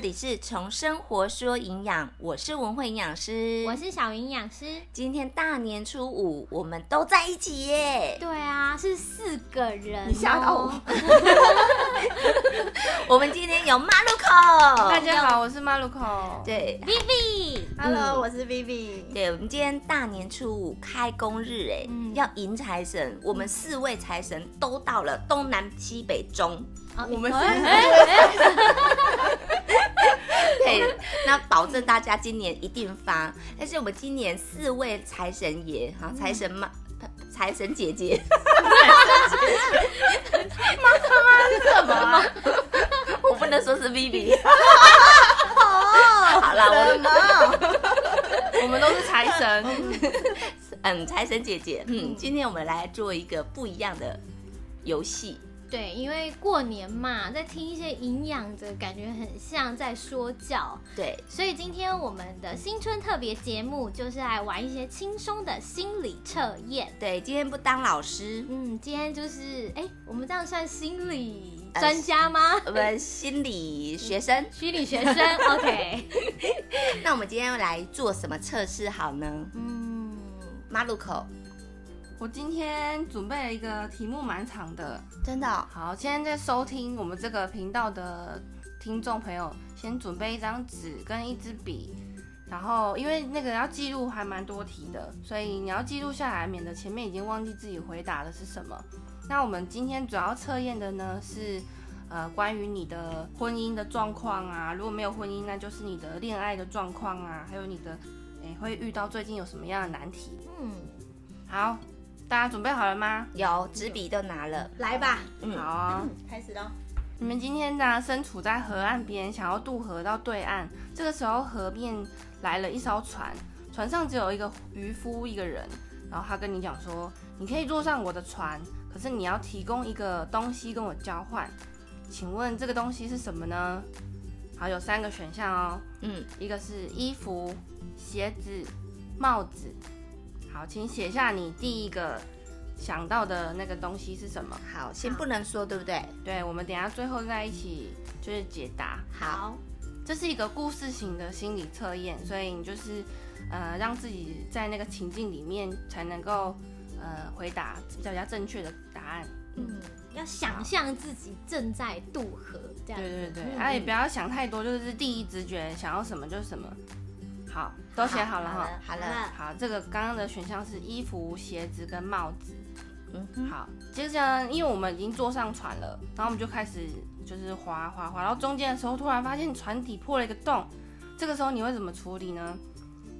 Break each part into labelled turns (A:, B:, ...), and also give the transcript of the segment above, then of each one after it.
A: 里是从生活说营养，我是文慧营养师，
B: 我是小营养师。
A: 今天大年初五，我们都在一起耶！
B: 对啊，是四个人、哦。
A: 你吓到我！ 我们今天有马路口，
C: 大家好，我是马路口。
A: 对
B: ，Vivi。
C: Hello，、嗯、我是 Vivi。
A: 对，我们今天大年初五开工日，哎、嗯，要迎财神，我们四位财神都到了东南西北中。
C: 哦、我们是、欸。
A: 对，嗯那保证大家今年一定发。但是我们今年四位财神爷哈，财神妈、财神姐姐，
C: 妈妈什么、啊？
A: 我不能说是 Vivi。
C: 哦，
A: 好了，我
C: 们哦 我们都是财 神，
A: 嗯，财神姐姐，嗯，今天我们来做一个不一样的游戏。
B: 对，因为过年嘛，在听一些营养的感觉，很像在说教。
A: 对，
B: 所以今天我们的新春特别节目就是来玩一些轻松的心理测验。
A: 对，今天不当老师，
B: 嗯，今天就是哎，我们这样算心理专家吗？
A: 我们心理学生，
B: 心理学生。OK，
A: 那我们今天来做什么测试好呢？嗯，马路口。
C: 我今天准备了一个题目蛮长的，
A: 真的、哦。
C: 好，现在在收听我们这个频道的听众朋友，先准备一张纸跟一支笔，然后因为那个要记录还蛮多题的，所以你要记录下来，免得前面已经忘记自己回答的是什么。那我们今天主要测验的呢是，呃，关于你的婚姻的状况啊，如果没有婚姻，那就是你的恋爱的状况啊，还有你的，诶、欸，会遇到最近有什么样的难题？嗯，好。大家准备好了吗？
A: 有，纸笔都拿了，
B: 来吧。
C: 嗯，好、哦嗯，
B: 开始喽。
C: 你们今天呢，身处在河岸边，想要渡河到对岸。这个时候，河面来了一艘船，船上只有一个渔夫一个人。然后他跟你讲说，你可以坐上我的船，可是你要提供一个东西跟我交换。请问这个东西是什么呢？好，有三个选项哦。嗯，一个是衣服、鞋子、帽子。好，请写下你第一个想到的那个东西是什么？
A: 好，先不能说，对不对？
C: 对，我们等下最后在一起就是解答。
A: 好，
C: 这是一个故事型的心理测验，所以你就是呃让自己在那个情境里面才能够呃回答比较正确的答案。
B: 嗯，要想象自己正在渡河，这样
C: 对对对，啊也不要想太多，就是第一直觉想要什么就是什么。好，都写好了哈。
A: 好了，
C: 好，这个刚刚的选项是衣服、鞋子跟帽子。嗯，好，接着呢，因为我们已经坐上船了，然后我们就开始就是滑滑滑，到中间的时候突然发现船底破了一个洞，这个时候你会怎么处理呢？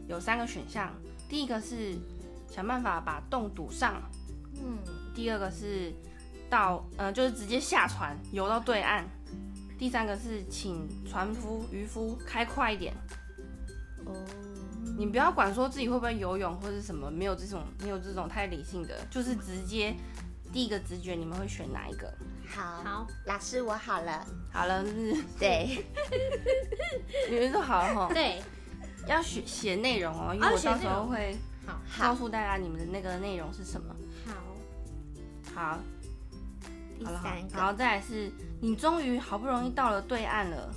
C: 有三个选项，第一个是想办法把洞堵上，嗯，第二个是到呃就是直接下船游到对岸，第三个是请船夫、渔夫开快一点。哦、oh.，你不要管说自己会不会游泳或者什么，没有这种没有这种太理性的，就是直接第一个直觉你们会选哪一个？
A: 好，好，老师我好了，
C: 好了，是不是？
A: 对，
C: 你们说好了哈。
B: 对，
C: 要写写内容哦，因为我到时候会
B: 好
A: 哦
C: 告诉大家你们的那个内容是什么。
B: 好，
C: 好，
A: 第三个，
C: 然后再来是你终于好不容易到了对岸了。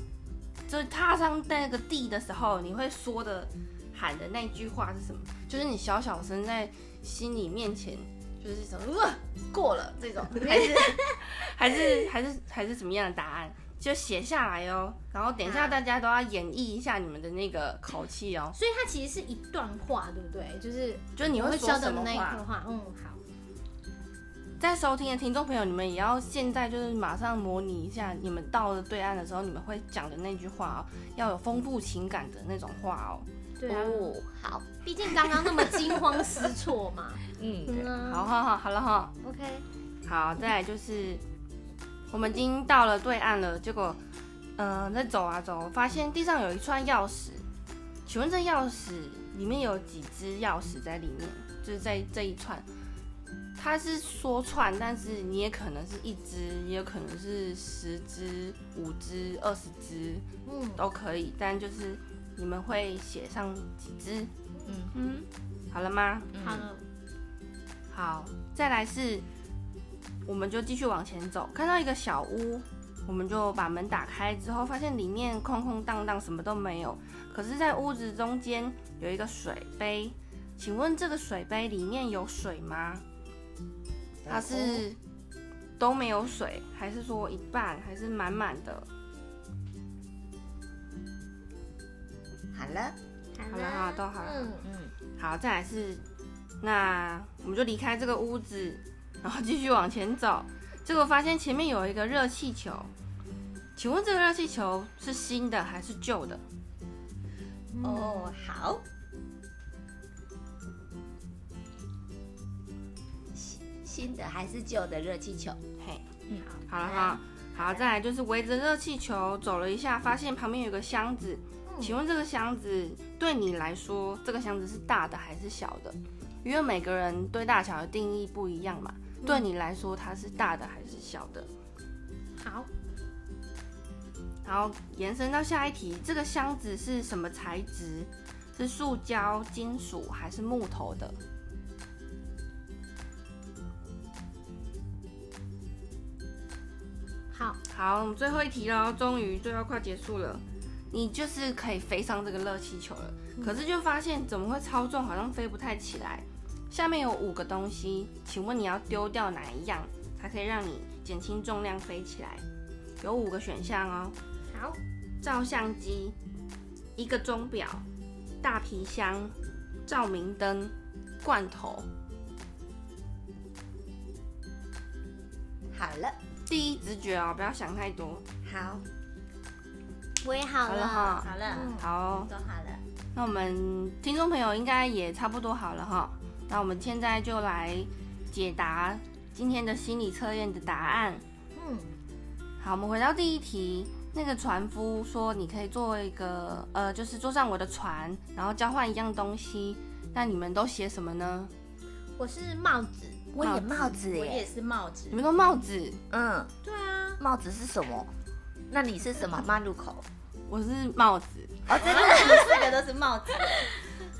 C: 就是踏上那个地的时候，你会说的、喊的那句话是什么？就是你小小声在心里面前，就是什么、呃、过了这种，还是还是还是还是怎么样的答案，就写下来哦。然后等一下大家都要演绎一下你们的那个口气哦。
B: 所以它其实是一段话，对不对？就是
C: 就是你
B: 会
C: 说什
B: 么那一
C: 刻
B: 话？嗯，好。
C: 在收听的听众朋友，你们也要现在就是马上模拟一下，你们到了对岸的时候，你们会讲的那句话哦，要有丰富情感的那种话哦。
B: 对啊，
A: 哦、好，
B: 毕竟刚刚那么惊慌失措嘛。
C: 嗯，对，嗯啊、好好好，好了哈。
B: OK。
C: 好，再来就是我们已经到了对岸了，结果，嗯、呃，在走啊走，发现地上有一串钥匙，请问这钥匙里面有几只钥匙在里面？就是在这一串。它是说串，但是你也可能是一只，也有可能是十只、五只、二十只，嗯，都可以。但就是你们会写上几只，嗯嗯，好了吗？
B: 嗯好
A: 嗯
B: 了。
C: 好，再来是，我们就继续往前走，看到一个小屋，我们就把门打开之后，发现里面空空荡荡，什么都没有。可是，在屋子中间有一个水杯，请问这个水杯里面有水吗？它是都没有水，还是说一半，还是满满的？
A: 哦好了，
C: 好了好了都好了
B: 嗯，
A: 嗯，
C: 好，再来是，那我们就离开这个屋子，然后继续往前走。结果发现前面有一个热气球，请问这个热气球是新的还是旧的？
B: 嗯
A: 哦，好，新新的还是旧的热气球？
C: 嘿，
A: 嗯，
C: 好了哈，
A: 好
C: 好，
A: 的
C: 再来就是围着热气球走了一下，发现旁边有个箱子，
B: 嗯
C: 请问这个箱子对你来说，这个箱子是大的还是小的？因为每个人对大小的定义不一样嘛，
B: 嗯
C: 对你来说它是大的还是小的？
B: 好，
C: 然后延伸到下一题，这个箱子是什么材质？是塑胶、金属还是木头的？
B: 好，
C: 好，我们最后一题喽，终于最后快结束了。你就是可以飞上这个热气球了，可是就发现怎么会超重，好像飞不太起来。下面有五个东西，请问你要丢掉哪一样才可以让你减轻重量飞起来？有五个选项哦，
B: 好，
C: 照相机、一个钟表、大皮箱、照明灯、罐头。
A: 好了，
C: 第一直觉哦，不要想太多。
A: 好，
B: 我也好
C: 好了
B: 了，
C: 哈
B: 好了，
A: 嗯
C: 好哦、
A: 都好了，
C: 那我们听众朋友应该也差不多好了哈。那我们现在就来解答今天的心理测验的答案。
B: 嗯，
C: 好，我们回到第一题，那个船夫说你可以做一个呃，就是坐上我的船，然后交换一样东西。那你们都写什么呢？
B: 我是帽子，
A: 我也帽子
D: 我也
A: 耶，
D: 是帽子
C: 你，们都帽子，
A: 嗯，
B: 对啊，
A: 帽子是什么？那你是什么？马路口？
C: 我是帽子。
A: 哦，真的，
D: 我们四个都是帽子。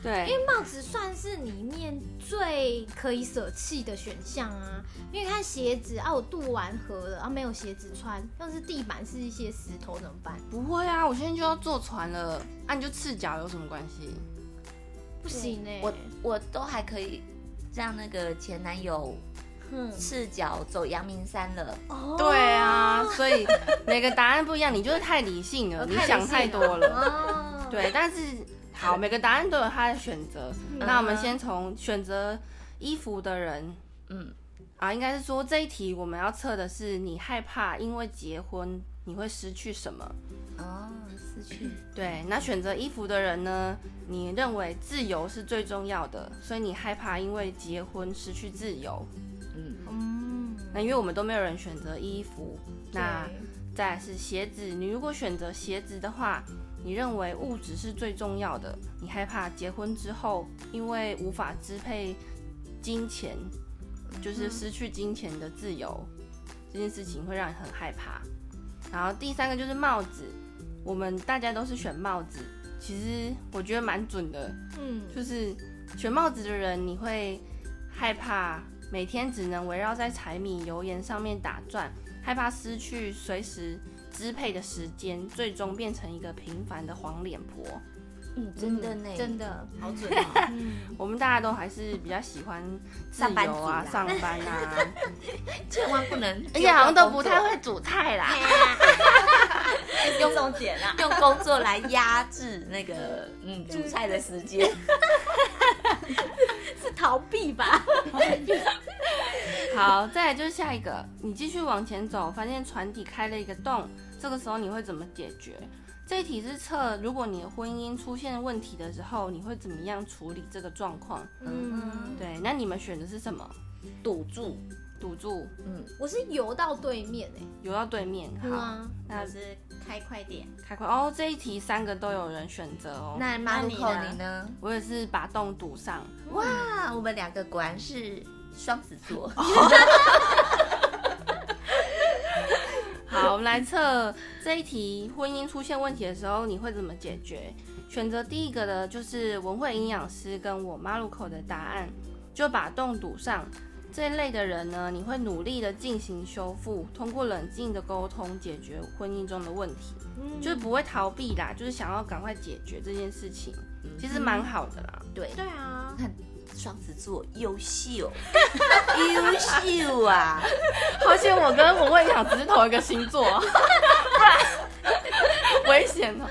C: 对，
B: 因为帽子算是里面最可以舍弃的选项啊。因为看鞋子啊，我渡完河了啊，没有鞋子穿，要是地板是一些石头怎么办？
C: 不会啊，我现在就要坐船了，啊，你就赤脚有什么关系？
B: 不行欸呢、
A: 我我都还可以让那个前男友
B: 嗯，
A: 赤脚走阳明山了，
B: 哦
C: 对，啊，所以每个答案不一样，你就是太理性了，
B: 我太
C: 你
B: 理性
C: 想太多了。
B: 哦，
C: 对，但是好，每个答案都有他的选择。那我们
A: 嗯
C: 先从选择衣服的人
A: 嗯，
C: 啊，应该是说这一题我们要测的是你害怕因为结婚你会失去什么。
A: 哦，失去，
C: 对，那选择衣服的人呢？你认为自由是最重要的，所以你害怕因为结婚失去自由。
A: 嗯，
B: 嗯，
C: 那因为我们都没有人选择衣服，那
B: 对
C: 再来是鞋子。你如果选择鞋子的话，你认为物质是最重要的，你害怕结婚之后因为无法支配金钱，就是失去金钱的自由，这件事情会让你很害怕。然后第三个就是帽子，我们大家都是选帽子，其实我觉得蛮准的，
B: 嗯，
C: 就是选帽子的人，你会害怕每天只能围绕在柴米油盐上面打转，害怕失去随时支配的时间，最终变成一个平凡的黄脸婆。
A: 嗯，真的啊呢，
B: 真的，
D: 好准哦！
B: 嗯，
C: 我们大家都还是比较喜欢自
A: 上班
C: 由啊，
A: 族啦
C: 上班啊，
A: 千万不能，
C: 而且好像都不太会煮菜啦。
D: 用重点啦，
A: 用工作来压制那个嗯煮菜的时间。
B: 是逃避吧？
C: 好，再来就是下一个，你继续往前走，发现船底开了一个洞，这个时候你会怎么解决？这一题是测如果你的婚姻出现问题的时候，你会怎么样处理这个状况？
B: 嗯，
C: 对，那你们选的是什么？
A: 堵住，
C: 堵住，
A: 嗯，
B: 我是游到对面哎、
C: 游到对面。
B: 对
C: 好，
B: 啊，
C: 那
D: 我是开快点，
C: 开快哦，这一题三个都有人选择哦。
A: 那马路口
D: 那你呢
A: 你呢？
C: 我也是把洞堵上，
A: 哇，我们两个果然是双子座，
C: 好，我们来测这一题婚姻出现问题的时候，你会怎么解决？选择第一个的就是文慧营养师跟我妈路口的答案，就把洞堵上。这一类的人呢，你会努力的进行修复，通过冷静的沟通解决婚姻中的问题，
B: 嗯
C: 就是不会逃避啦，就是想要赶快解决这件事情，
A: 嗯
C: 其实蛮好的啦。
A: 对，
B: 对啊，
A: 双子座优秀，优秀啊！
C: 好险我跟文文想只是同一个星座， 不然 危险 了。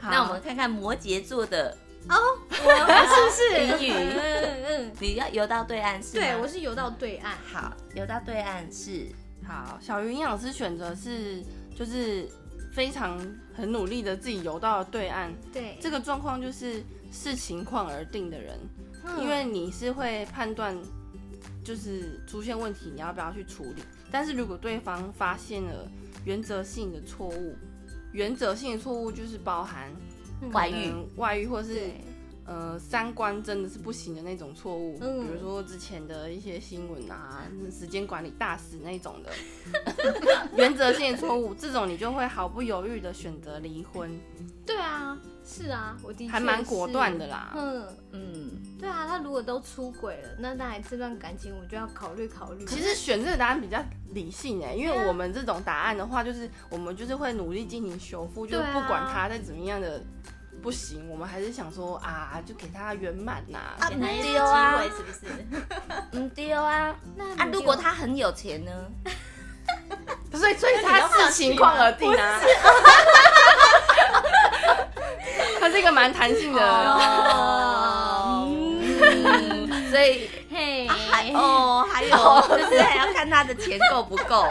C: 好
A: 那我们看看摩羯座的
B: 我是不是？
A: 俚语，
B: 嗯嗯，
A: 你要游到对岸是吗？
B: 对，我是游到对岸。
A: 好，游到对岸是
C: 好，小鱼营养师选择是就是非常很努力的自己游到了对岸，
B: 对，
C: 这个状况就是视情况而定的人，
B: 嗯
C: 因为你是会判断就是出现问题你要不要去处理，但是如果对方发现了原则性的错误，原则性的错误就是包含
B: 嗯
A: 外
C: 可
A: 遇，
C: 能外遇或是
B: 对
C: 呃三观真的是不行的那种错误，
B: 嗯
C: 比如说之前的一些新闻啊，时间管理大师那种的 原则性的错误，这种你就会毫不犹豫的选择离婚，
B: 对啊，是啊，我的确
C: 还蛮果断的
B: 是。
C: 啦。
B: 嗯，
A: 嗯，
B: 对啊，他如果都出轨了，那当然这段感情我就要考虑考虑。
C: 其实选这个答案比较理性哎、因
B: 对
C: 为
B: 啊
C: 我们这种答案的话，就是我们就是会努力进行修复，就是
B: 对啊
C: 不管他再怎么样的不行，我们还是想说啊，就给他圆满呐。
A: 啊
D: 给他一个
A: 丢啊
D: 机会是不是？
A: 嗯丢啊
B: 那
A: 啊！
B: 你
A: 如果
B: 就
A: 他很有钱呢？
C: 所以所以
D: 你
C: 他
D: 要
C: 视
D: 放
C: 情
D: 弃
C: 况
D: 吗
C: 而定啊。 他是一个蛮弹性的，
B: 哦，
A: 嗯，所以
B: 嘿，
A: 还哦，还有就是还要看他的钱够不够。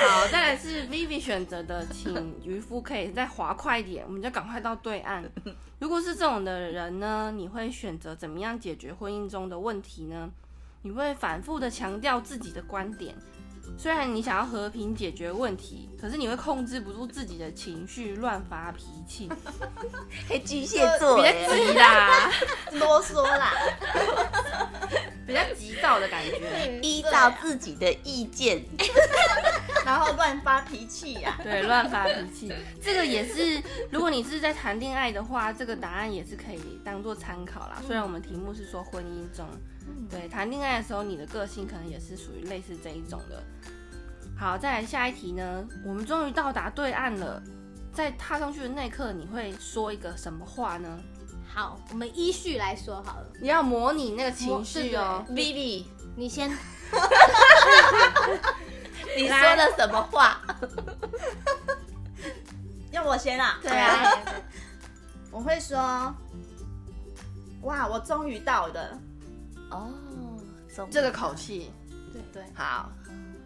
C: 好，再来是 Vivi 选择的，请渔夫可以再划快一点，我们就赶快到对岸。如果是这种的人呢，你会选择怎么样解决婚姻中的问题呢？你会反复的强调自己的观点，虽然你想要和平解决问题，可是你会控制不住自己的情绪，乱发脾气，
A: 嘿，巨蟹座
C: 比较
A: 耶，
C: 急啦，
D: 啰嗦啦，
C: 比较急躁的感 觉，
B: 对
A: 依照自己的意见，
D: 然后乱发脾气呀、
C: 对，乱发脾气，这个也是，如果你是在谈恋爱的话，这个答案也是可以当做参考啦。虽然我们题目是说婚姻中，对，谈恋爱的时候你的个性可能也是属于类似这一种的。好，再来下一题呢，我们终于到达对岸了。在踏上去的那一刻，你会说一个什么话呢？
B: 好，我们依序来说好了。
C: 你要模拟那个情绪哦。
A: Vivi，
B: 你先，
A: 你说了什么话？
D: 要我先啊？
A: 对啊，
D: 我会说，哇，我终于到了。
A: 哦，总
C: 这个口气。
D: 对对，
C: 好，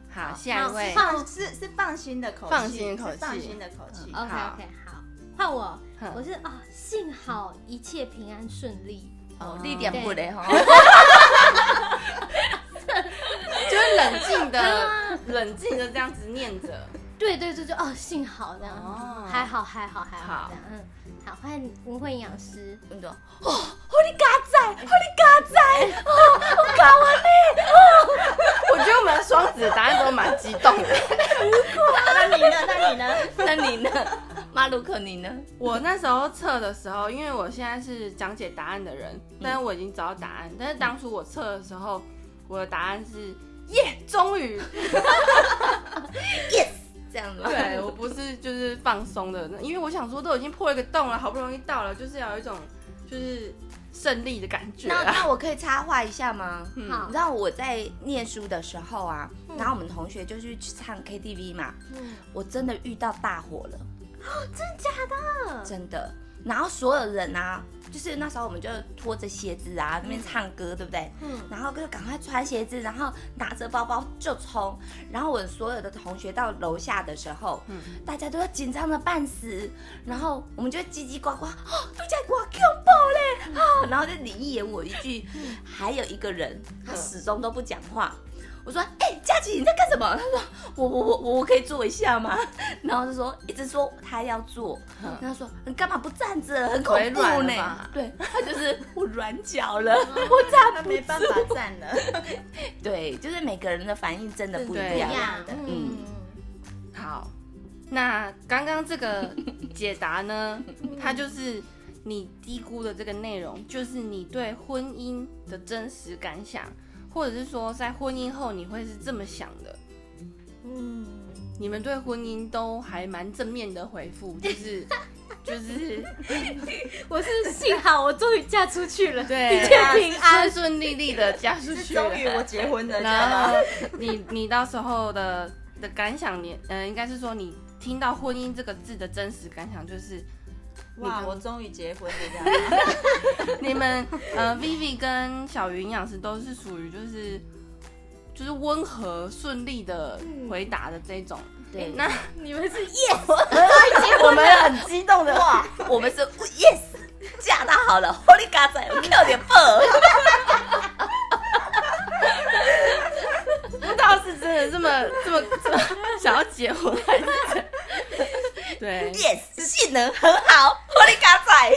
C: 好，下一位。
D: 放是是放心的口气，
C: 放心的口气
D: 是放心的口气。
B: 哦
A: 嗯
B: OK
C: 好
B: OK，好，换我
C: 哼，
B: 我是啊，幸好一切平安顺利。
A: 哦，力点不嘞哈，
C: 就是冷静的、冷静的这样子念着。
B: 对对对，就哦，幸好这样，
C: 哦
B: 还好还好还好
C: 好
B: 这样，嗯，好，换文慧营养师，
A: 你说哦，好你嘎仔，好你嘎仔，
C: 我觉得我们双子的答案都蛮激动的。
D: 那你呢？那你呢？
A: 那你呢？马鲁克你呢？
C: 我那时候测的时候，因为我现在是讲解答案的人，但是我已经找到答案。但是当初我测的时候，我的答案是耶，终于。
A: 这样子，
C: 对我不是就是放松的，因为我想说都已经破一个洞了，好不容易到了，就是要有一种就是胜利的感觉
A: 那
C: 啊。
A: 那我可以插话一下吗？
C: 嗯
B: 好
A: 你知道我在念书的时候啊，然后我们同学就是去唱 KTV 嘛，
B: 嗯，
A: 我真的遇到大火了，哦，真假的？真的。然后所有人啊，就是那时候我们就拖着鞋子啊，那边唱歌，对不对？
B: 嗯
A: 嗯。然后就赶快穿鞋子，然后拿着包包就冲。然后我所有的同学到楼下的时候，
C: 嗯
A: 大家都要紧张的半死。然后我们就叽叽呱呱，哦，都在我 Q 爆嘞，哦，然后就你一言我一句。
C: 嗯
A: 还有一个人，他始终都不讲话。我说：“哎、佳琪，你在干什么？”他说：“我我我我我可以坐一下吗？”然后就说一直说他要坐，
C: 嗯
A: 然后说你干嘛不站着？很
C: 腿
A: 恐怖
C: 软了吧
A: 呢。对，他就是 我软脚了。
D: 那没办法站 了。
A: 对，就是每个人的反应真的不
C: 对
A: 一
B: 一
A: 样。
B: 样，
A: 嗯
B: 嗯，
C: 好，那刚刚这个解答呢，它就是你低估的这个内容，就是你对婚姻的真实感想，或者是说在婚姻后你会是这么想的。
B: 嗯，
C: 你们对婚姻都还蛮正面的回复，就是 就是
B: 我是幸好我终于嫁出去 了，
C: 对
B: 一切平安
C: 顺。顺利利的嫁出
D: 是
C: 去了
D: 啊终。于我结婚了，这样
C: 然
D: 吗
C: 后 你你到时候的的感想，你嗯、呃，应该是说你听到“婚姻”这个字的真实感想，就是
D: 哇，我终于结婚了，这样吗。
C: 你们呃，Vivi 跟小云营养师都是属于就是就是温和顺利的
D: 嗯
C: 回答的这种。
A: 对
C: 那
B: 你们是 yes，
D: 我们很激动的话，
A: 我们是 yes，嫁他好了，Holy God 仔，我跳点蹦，
C: 不知道是真的这么这么这么 想要结婚还是怎 对
A: yes，性能很好，Holy God 仔，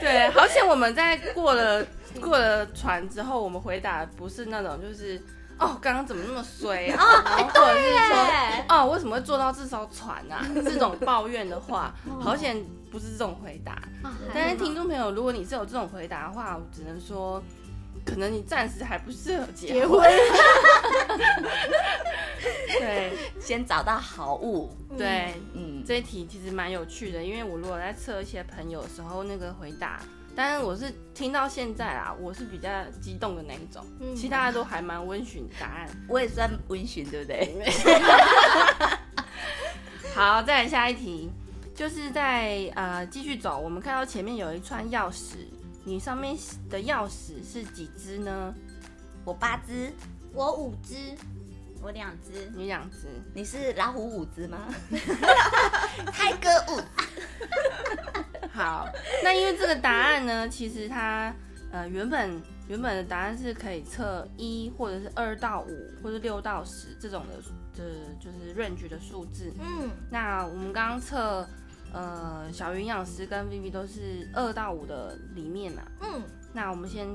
C: 对，好险我们在过了过了船之后，我们回答不是那种就是。哦，刚刚怎么那么衰啊？然后或者是说，
B: 耶
C: 哦，为什么会坐到这艘船啊？这种抱怨的话，好险不是这种回答。
B: 哦
C: 但是听众朋友，如果你是有这种回答的话，我只能说，可能你暂时还不适合结婚。 对
A: 先找到好物，
C: 对，
A: 嗯，
C: 这一题其实蛮有趣的，因为我如果在测一些朋友的时候，那个回答，当然我是听到现在啦，我是比较激动的那一种，
B: 嗯
C: 其他的都还蛮温驯的答案。
A: 我也算温驯，对不对？
C: 好，再来下一题，就是在呃继续走，我们看到前面有一串钥匙，你上面的钥匙是几只呢？
A: 我八只，
B: 我五只，
D: 我两只，
C: 你两只，
A: 你是老虎五只吗？ 泰哥五，
C: 好，那因为这个答案呢，其实它呃原本原本的答案是可以测一或者是二到五或者六到十这种的，就是就是 range 的数字。
B: 嗯，
C: 那我们刚刚测呃小云营养师跟 Vivi 都是二到五的里面嘛，
B: 嗯，
C: 那我们先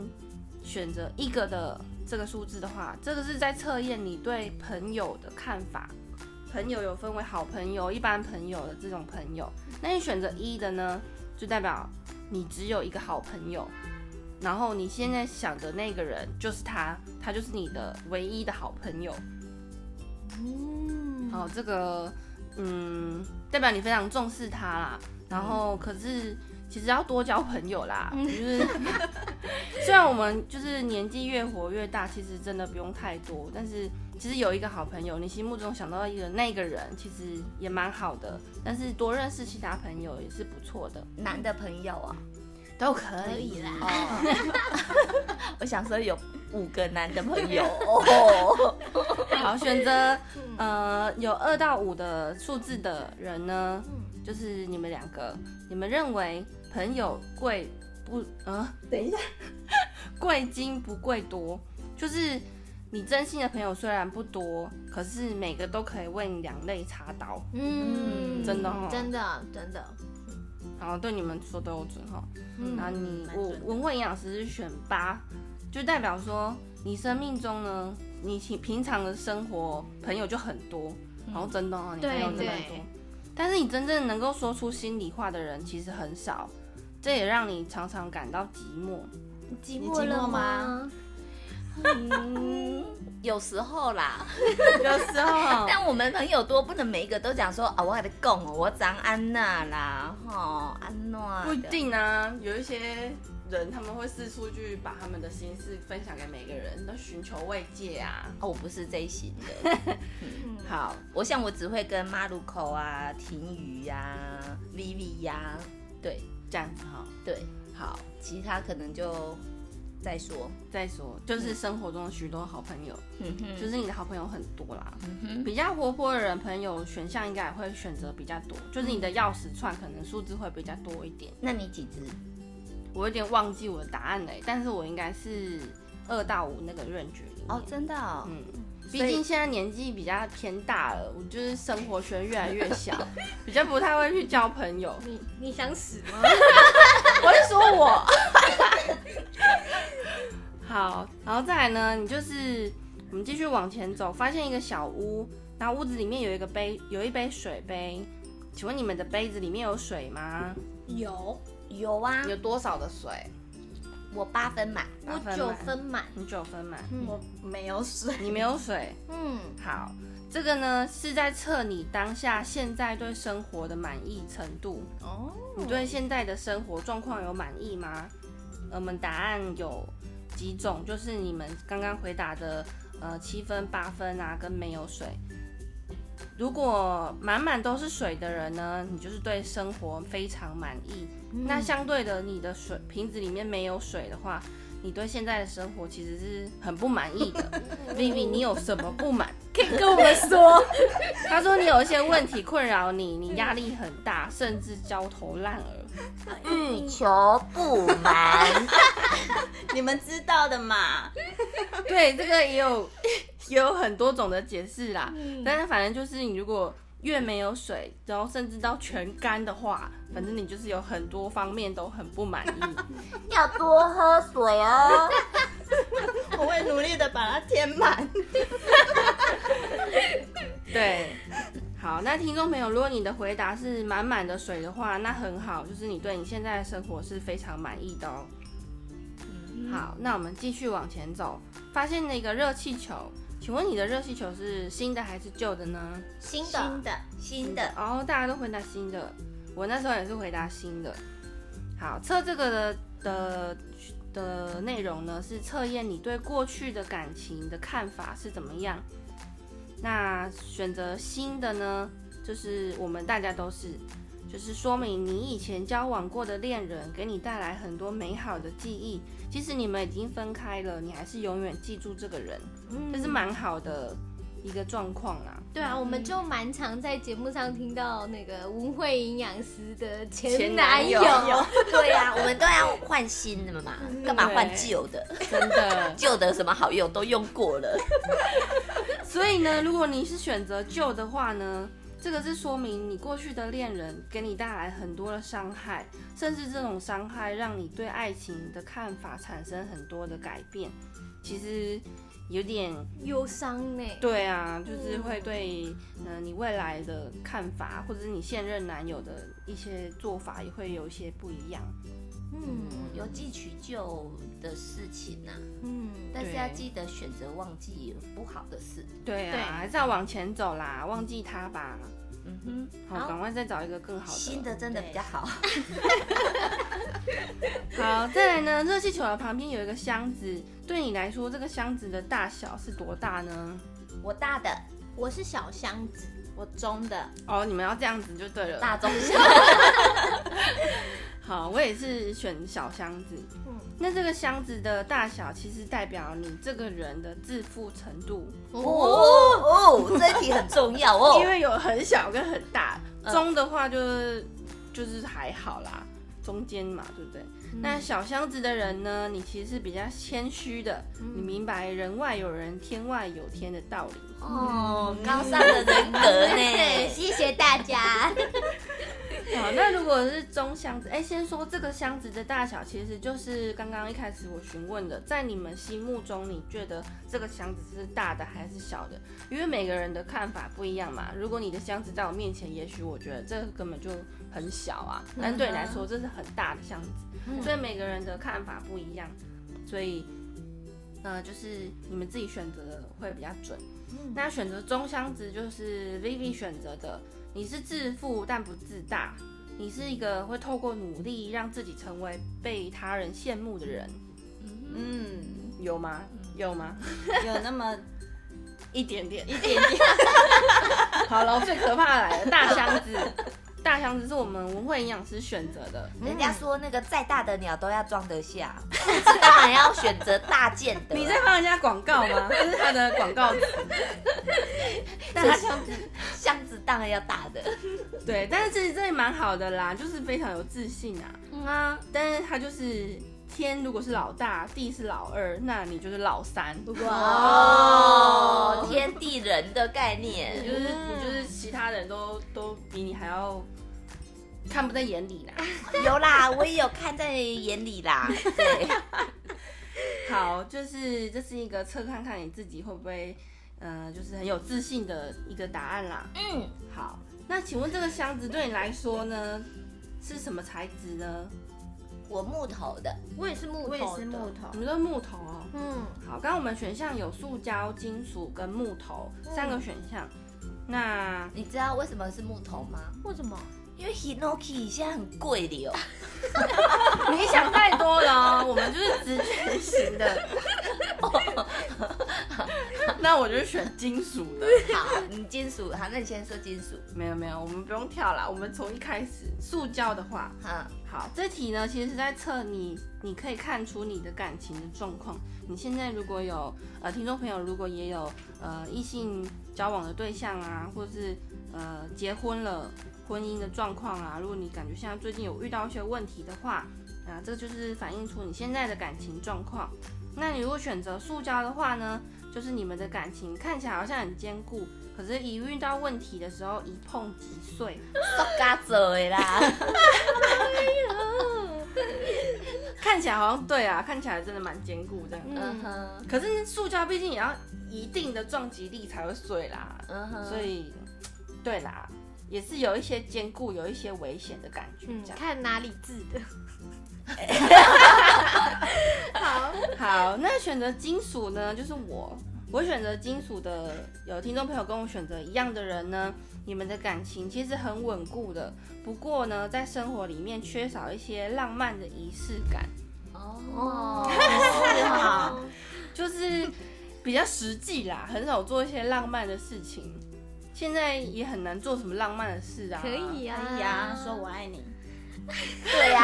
C: 选择一个的这个数字的话，这个是在测验你对朋友的看法。朋友有分为好朋友、一般朋友的这种朋友。那你选择一的呢，就代表你只有一个好朋友，然后你现在想的那个人就是他，他就是你的唯一的好朋友。
B: 嗯，
C: 哦，这个嗯，代表你非常重视他啦。然
B: 嗯
C: 后可是其实要多交朋友啦，就是 虽然我们就是年纪越活越大，其实真的不用太多，但是其实有一个好朋友，你心目中想到一个那个人，其实也蛮好的。但是多认识其他朋友也是不错的，
A: 男的朋友啊、
C: 都可
B: 可以啦。
A: 我想说有五个男的朋友哦，
C: 好，选择
A: 嗯
C: 呃有二到五的数字的人呢，
B: 嗯
C: 就是你们两个，你们认为朋友贵不呃，
A: 等一下，
C: 贵精不贵多，就是你真心的朋友虽然不多，可是每个都可以为你两肋插刀。
B: 嗯，
C: 真的哦
B: 真的，真的，
C: 然后对你们说都有准哈。
B: 嗯
C: 然后你
D: 蛮
C: 我
D: 准的
C: 文慧营养师是选八，就代表说你生命中呢，你平平常的生活朋友就很多，然后真的哦，你
B: 对
C: 朋友真的很
B: 对
C: 多。但是你真正能够说出心里话的人其实很少，这也让你常常感到寂寞。
B: 寂
D: 寞
B: 寞
D: 了
B: 了
D: 吗
B: 吗？
A: 嗯，有时候啦，
C: 有时 候
A: 但我们朋友多，不能每一个都讲说啊，我还在讲哦，我长安娜啦，吼，安娜，
C: 不一，定啊，有一些人他们会四处去把他们的心事分享给每个人，都寻求慰藉啊。
A: 哦，我不是这一型的，
B: 嗯
C: 好，
A: 我想我只会跟马路口啊、婷宇呀、Vivi 呀、对
C: 这样子哈，
A: 对，
C: 好，
A: 其他可能就再说，
C: 再说就是生活中许多好朋友，
A: 嗯哼，
C: 就是你的好朋友很多啦。
A: 哼
C: 比较活泼的人，朋友选项应该也会选择比较多，就是你
A: 嗯
C: 的钥匙串可能数字会比较多一点。
A: 那你几只？
C: 我有点忘记我的答案了欸、但是我应该是二到五那个 range 里面。
A: 哦，真的哦，
C: 嗯，毕
A: 所以
C: 竟现在年纪比较偏大了，我就是生活圈越来越小，比较不太会去交朋友。
B: 你你想死 吗？
C: 我是说我，好，然后再来呢，你就是我们继续往前走，发现一个小屋，然后屋子里面有一个杯，有一杯水杯。请问你们的杯子里面有水吗？
B: 有，
A: 有啊，
C: 有多少的水？
A: 我八分满，
C: 八
B: 我
C: 分
B: 九
C: 满
B: 分满，
C: 你九分满，
D: 嗯我没有水，
C: 你没有水。
B: 嗯，
C: 好，这个呢是在测你当下现在对生活的满意程度。
B: 哦，
C: 你对现在的生活状况有满意吗？呃我们答案有几种，就是你们刚刚回答的，呃，七分、八分啊，跟没有水。如果满满都是水的人呢，你就是对生活非常满意。
B: 嗯
C: 那相对的，你的水瓶子里面没有水的话，你对现在的生活其实是很不满 意的。Vivi，你有什么不满？
B: 可以跟我们说，
C: 他说你有一些问题困扰你，你压力很大，甚至焦头烂额。嗯
A: 欲求不满。
D: 你们知道的嘛？
C: 对，这个也有 也有很多种的解释啦。但是反正就是你如果越没有水，然后甚至到全干的话，反正你就是有很多方面都很不满意。
A: 要多喝水哦。
D: 我会努力的把它填满。
C: 对，好，那听众朋友，如果你的回答是满满的水的话，那很好，就是你对你现在的生活是非常满意的哦。好，那我们继续往前走，发现了一个热气球。请问你的热气球是新的还是旧的呢？
B: 新的
D: 新的，
A: 新的，
C: 哦，大家都回答新的，我那时候也是回答新的。好，测这个的的的内容呢，是测验你对过去的感情的看法是怎么样。那选择新的呢，就是我们大家都是，就是说明你以前交往过的恋人给你带来很多美好的记忆，即使你们已经分开了，你还是永远记住这个人，
B: 嗯
C: 这是蛮好的一个状况啦。
B: 对啊，我们就蛮常在节目上听到那个文慧营养师的前
C: 前
B: 男
C: 男
B: 友
C: 友，
A: 对呀、我们都要换新的嘛，干嘛换旧的？
C: 真的。
A: 旧的有什么好用？都用过了。
C: 所以呢，如果你是选择旧的话呢，这个是说明你过去的恋人给你带来很多的伤害，甚至这种伤害让你对爱情的看法产生很多的改变。其实有点
B: 忧伤呢。
C: 对啊，就是会对嗯、呃你未来的看法，或者是你现任男友的一些做法，也会有一些不一样。
B: 嗯
A: 有记取旧的事情呐、
B: 嗯，
A: 但是
C: 对
A: 要记得选择忘记不好的事。
C: 对啊，
B: 对
C: 还是要往前走啦，忘记他吧。
A: 嗯
C: 好，赶快再找一个更好的。
A: 新的真的比较好。
C: 好，再来呢，热气球的旁边有一个箱子，对你来说，这个箱子的大小是多大呢？
A: 我大的
B: 我是小箱子，
D: 我中的，
C: 哦，你们要这样子就对了。
A: 大中 小，
C: 好，我也是选小箱子。
B: 嗯，
C: 那这个箱子的大小其实代表你这个人的自负程度，
A: 哦哦，这一题很重要哦嗯
C: 因。为有很小跟很大，中的话就是就是还好啦，中间嘛，对不对？
A: 嗯
C: 那小箱子的人呢，你其实是比较谦虚的，
A: 嗯
C: 你明白人外有人，天外有天的道理。
A: 哦，高尚的人格
B: 对，
A: 呢？
B: 谢谢大家。
C: 好，那如果是中箱子，哎、先说这个箱子的大小，其实就是刚刚一开始我询问的，在你们心目中，你觉得这个箱子是大的还是小的？因为每个人的看法不一样嘛。如果你的箱子在我面前，也许我觉得这个根本就很小啊，但对你来说这是很大的箱子，所以每个人的看法不一样，所以。呃，就是你们自己选择的会比较准。那选择中箱子就是 Vivi 选择的，你是自负但不自大，你是一个会透过努力让自己成为被他人羡慕的人，
D: 嗯，
C: 有吗？有吗？
D: 有那么
C: 一点点，一点点。 好了，最可怕的来了，大箱 子。大箱子是我们文慧营养师选择的，
A: 人家说那个再大的鸟都要装得下，是当然要选择大件 的。
C: 你在帮人家广告吗？ 这是他的广告词。大箱子，
A: 箱子当然要大的，
C: 对，但是其实这也蛮好的啦，就是非常有自信啊。
B: 嗯
C: 啊，但是他就是天，如果是老大，地是老二，那你就是老三。
A: 哦，天地人的概
C: 你
A: 念
C: 就是你就是其他人都都比你还要看不在眼里啦。
A: 有啦，我也有看在眼里啦。对，
C: 好，就是这是一个测看看你自己会不会，呃，就是很有自信的一个答案啦。
A: 嗯，
C: 好，那请问这个箱子对你来说呢，是什么材质呢？
A: 我木头的，
B: 我也是木头
D: 我
B: 的，
D: 也是木头
C: 你。们都是木头哦。
B: 嗯，
C: 好，刚刚我们选项有塑胶、金属跟木头三个选项。那
A: 你知道为什么是木头吗？
B: 为什么？
A: 因为 Hinoki 现在很贵的哦哟。
C: 你想太多了哦，我们就是直觉型的。 那我就选金属的。
A: 好，你金属，好，那你先说金属。
C: 没有没有，我们不用跳啦，我们从一开始，塑胶的话，
A: 哈，
C: 好，这题呢，其实是在测你，你可以看出你的感情的状况。你现在如果有呃听众朋友，如果也有呃异性交往的对象啊，或是呃结婚了婚姻的状况啊，如果你感觉现在最近有遇到一些问题的话，啊、这就是反映出你现在的感情状况。那你如果选择塑胶的话呢，就是你们的感情看起来好像很坚固，可是一遇到问题的时候一碰即碎。
A: 都嘎走的啦。
C: 看起来好像对啊，看起来真的蛮坚固这样。
A: 嗯
B: 嗯，
A: 哼，
C: 可是塑胶毕竟也要一定的撞击力才会碎啦，
A: 嗯哼，
C: 所以对啦，也是有一些坚固，有一些危险的感觉
B: 嗯
C: 这样。
B: 看哪里治的。好，
C: 好，那选择金属呢，就是我。我选择金属的，有听众朋友跟我选择一样的人呢，你们的感情其实很稳固的，不过呢，在生活里面缺少一些浪漫的仪式感，
A: 哦
B: 哦，
A: 是哈，
B: 好，
C: 就是比较实际啦，很少做一些浪漫的事情。现在也很难做什么浪漫的事啊。
B: 可以啊呀、
D: 哎呀，说我爱你，
A: 对呀，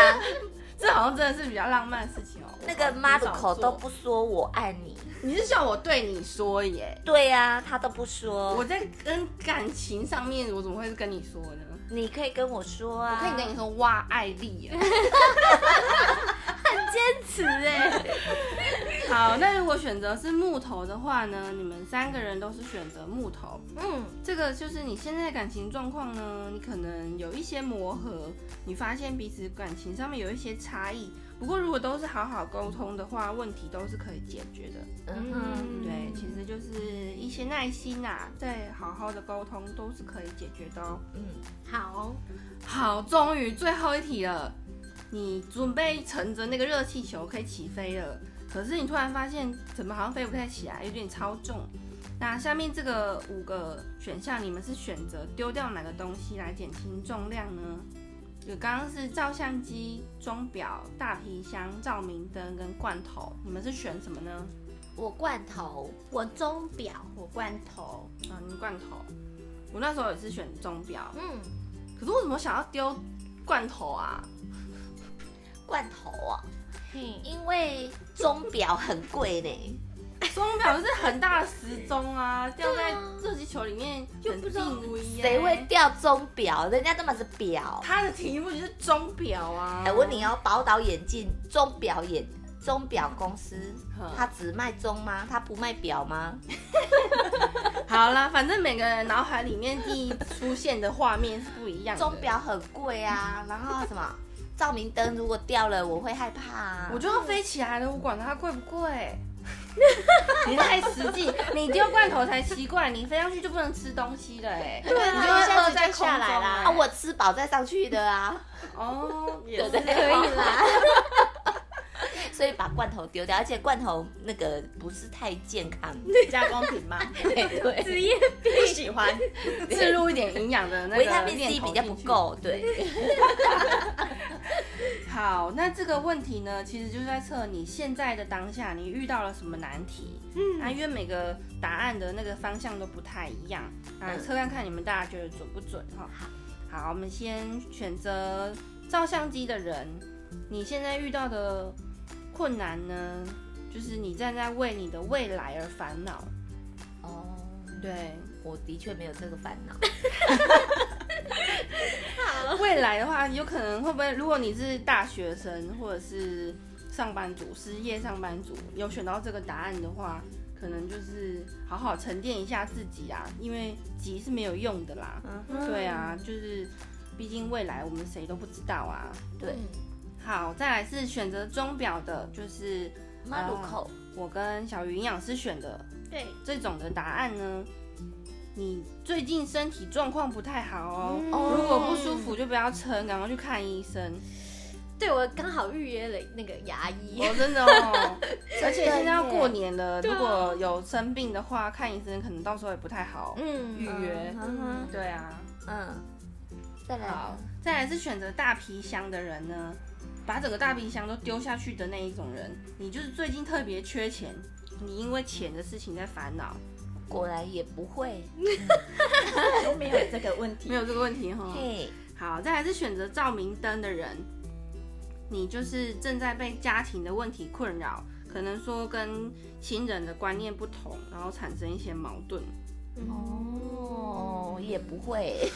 C: 这好像真的是比较浪漫的事情哦。
A: 那个妈的口都，不说我爱你，
C: 你是叫我对你说耶？
A: 对呀，她都不说
C: 我。在跟感情上面，我怎么会是跟你说呢？
A: 你可以跟我说啊，
C: 我可以跟你说哇，爱丽耶。
B: 是哎，
C: 好，那如果选择是木头的话呢？你们三个人都是选择木头，
B: 嗯，
C: 这个就是你现在的感情状况呢，你可能有一些磨合，你发现彼此感情上面有一些差异。不过如果都是好好沟通的话，问题都是可以解决的。
A: 嗯哼，
C: 对，其实就是一些耐心啊，再好好的沟通都是可以解决的哦。
A: 嗯，
B: 好，
C: 好，终于最后一题了，你准备乘着那个热气球可以起飞了，可是你突然发现怎么好像飞不太起来，有点超重。那下面这个五个选项，你们是选择丢掉哪个东西来减轻重量呢？有刚刚是照相机、钟表、大皮箱、照明灯跟罐头，你们是选什么呢？
A: 我罐头，
B: 我钟表，
D: 我罐头，
C: 啊，你罐头。我那时候也是选钟表，
B: 嗯，
C: 可是我怎么想要丢罐头啊？
A: 罐头啊，
B: 嘿，
A: 因为钟表很贵呢。
C: 钟表是很大的时钟啊，掉
B: 对
C: 在
B: 啊
C: 热气球里面很
B: 不知道
C: 近无疑。
A: 谁会？掉钟表？人家根本是表。
C: 它的题目就是钟表啊。
A: 哎、我问你哦，宝岛眼镜钟表眼钟表公司
C: 呵，
A: 它只卖钟吗？它不卖表吗？
C: 好啦，反正每个人脑海里面第一出现的画面是不一样的。
A: 钟，表很贵啊，然后什么照明灯如果掉了，我会害怕啊。
C: 我就要飞起来了，我管它贵不贵。 你太实际，你丢罐头才奇怪，你飞上去就不能吃东西了哎、
A: 对啊，
C: 你就会
A: 下
C: 饿在空中
D: 下来啦
A: 啊，我吃饱再上去的啊，
C: 哦，也
A: 对
C: 是
A: 不对？
B: 可以啦，
A: 所以把罐头丢掉，而且罐头那个不是太健康。
D: 加工品吗？
A: 对对，
B: 职业
D: 不喜欢，
C: 置入一点营养的那个
A: 维他命 C
C: 念头
A: 比较
C: 进
A: 不
C: 去。
A: 够。对，
C: 好，那这个问题呢，其实就是在测你现在的当下，你遇到了什么难题。嗯，那因为每个答案的那个方向都不太一样，那
A: 嗯
C: 测看看你们大家觉得准不准哈。好，我们先选择照相机的人，你现在遇到的困难呢，就是你正在为你的未来而烦恼。
A: 哦，
C: 对，
A: 我的确没有这个烦恼。
C: 未来的话，有可能会不会，如果你是大学生或者是上班族、失业上班族，有选到这个答案的话，可能就是好好沉淀一下自己啊，因为急是没有用的啦。
A: 嗯
C: 对啊，就是毕竟未来我们谁都不知道啊。
A: 对，
C: 好，再来是选择钟表的，就是
A: 马路口。
C: 我跟小鱼营养师选的
B: 对，
C: 这种的答案呢，你最近身体状况不太好哦，
B: 嗯
C: 如果不舒服就不要撑，赶快去看医生。
B: 对我刚好预约了那个牙医，
C: 哦，真的哦， 而且现在要
D: 耶
C: 过年了，
B: 对
C: 如
B: 啊
C: 果有生病的话，看医生可能到时候也不太好
B: 嗯
C: 预约。
D: 嗯哼
C: 对啊，
A: 嗯，再来
C: 好
A: 呢，，
C: 再来是选择大皮箱的人呢，把整个大皮箱都丢下去的那一种人，你就是最近特别缺钱，你因为钱的事情在烦恼，
A: 果然也不会，
D: 都没有这个问题
C: 没。有这个问题哈。
A: 嘿，
C: 好，再来是选择照明灯的人，你就是正在被家庭的问题困扰，可能说跟亲人的观念不同，然后产生一些矛盾。
B: 嗯
A: 哦，也不会，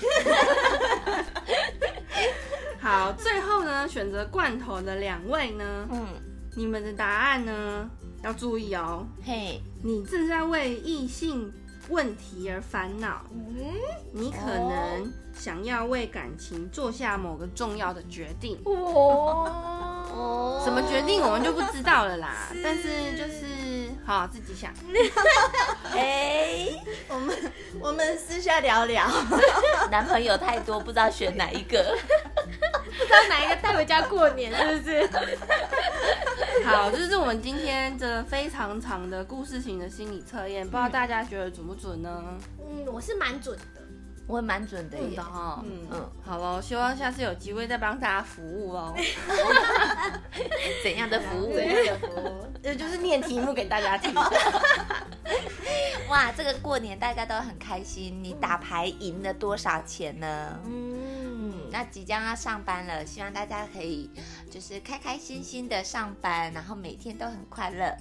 C: 好，最后呢，选择罐头的两位呢，
A: 嗯，
C: 你们的答案呢要注意哦，
A: 嘿，
C: 你正在为异性问题而烦恼，
B: 嗯，
C: 你可能想要为感情做下某个重要的决定。
B: 哦，
A: 哦
C: 什么决定我们就不知道了啦
B: 是，
C: 但是就是好自己想。
A: 哎，
D: 我们我们私下聊聊，
A: 男朋友太多，不知道选哪一个，
B: 不知道哪一个带回家过年是不是？
C: 好，就是我们今天这非常长的故事型的心理测验，不知道大家觉得准不准呢？
B: 嗯，我是蛮准的。
A: 我也蛮准的
C: 准
A: 耶
C: 的，哈，嗯
D: 嗯，
A: 嗯，
C: 好喽，希望下次有机会再帮大家服务哦。
A: 怎样的服务？
D: 对啊的服
C: 这就是念题目给大家听。
A: 哇，这个过年大家都很开心，你打牌赢了多少钱呢？
B: 嗯，
A: 那即将要上班了，希望大家可以就是开开心心的上班，然后每天都很快乐。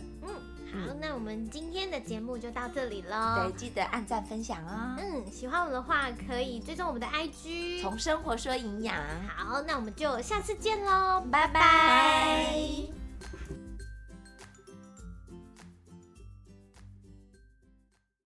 B: 好，那我们今天的节目就到这里喽
A: 对，。记得按赞分享哦。
B: 嗯，喜欢我们的话可以追踪我们的 IG。
A: 从生活说营养，
B: 好，那我们就下次见喽，
A: 拜拜
B: 拜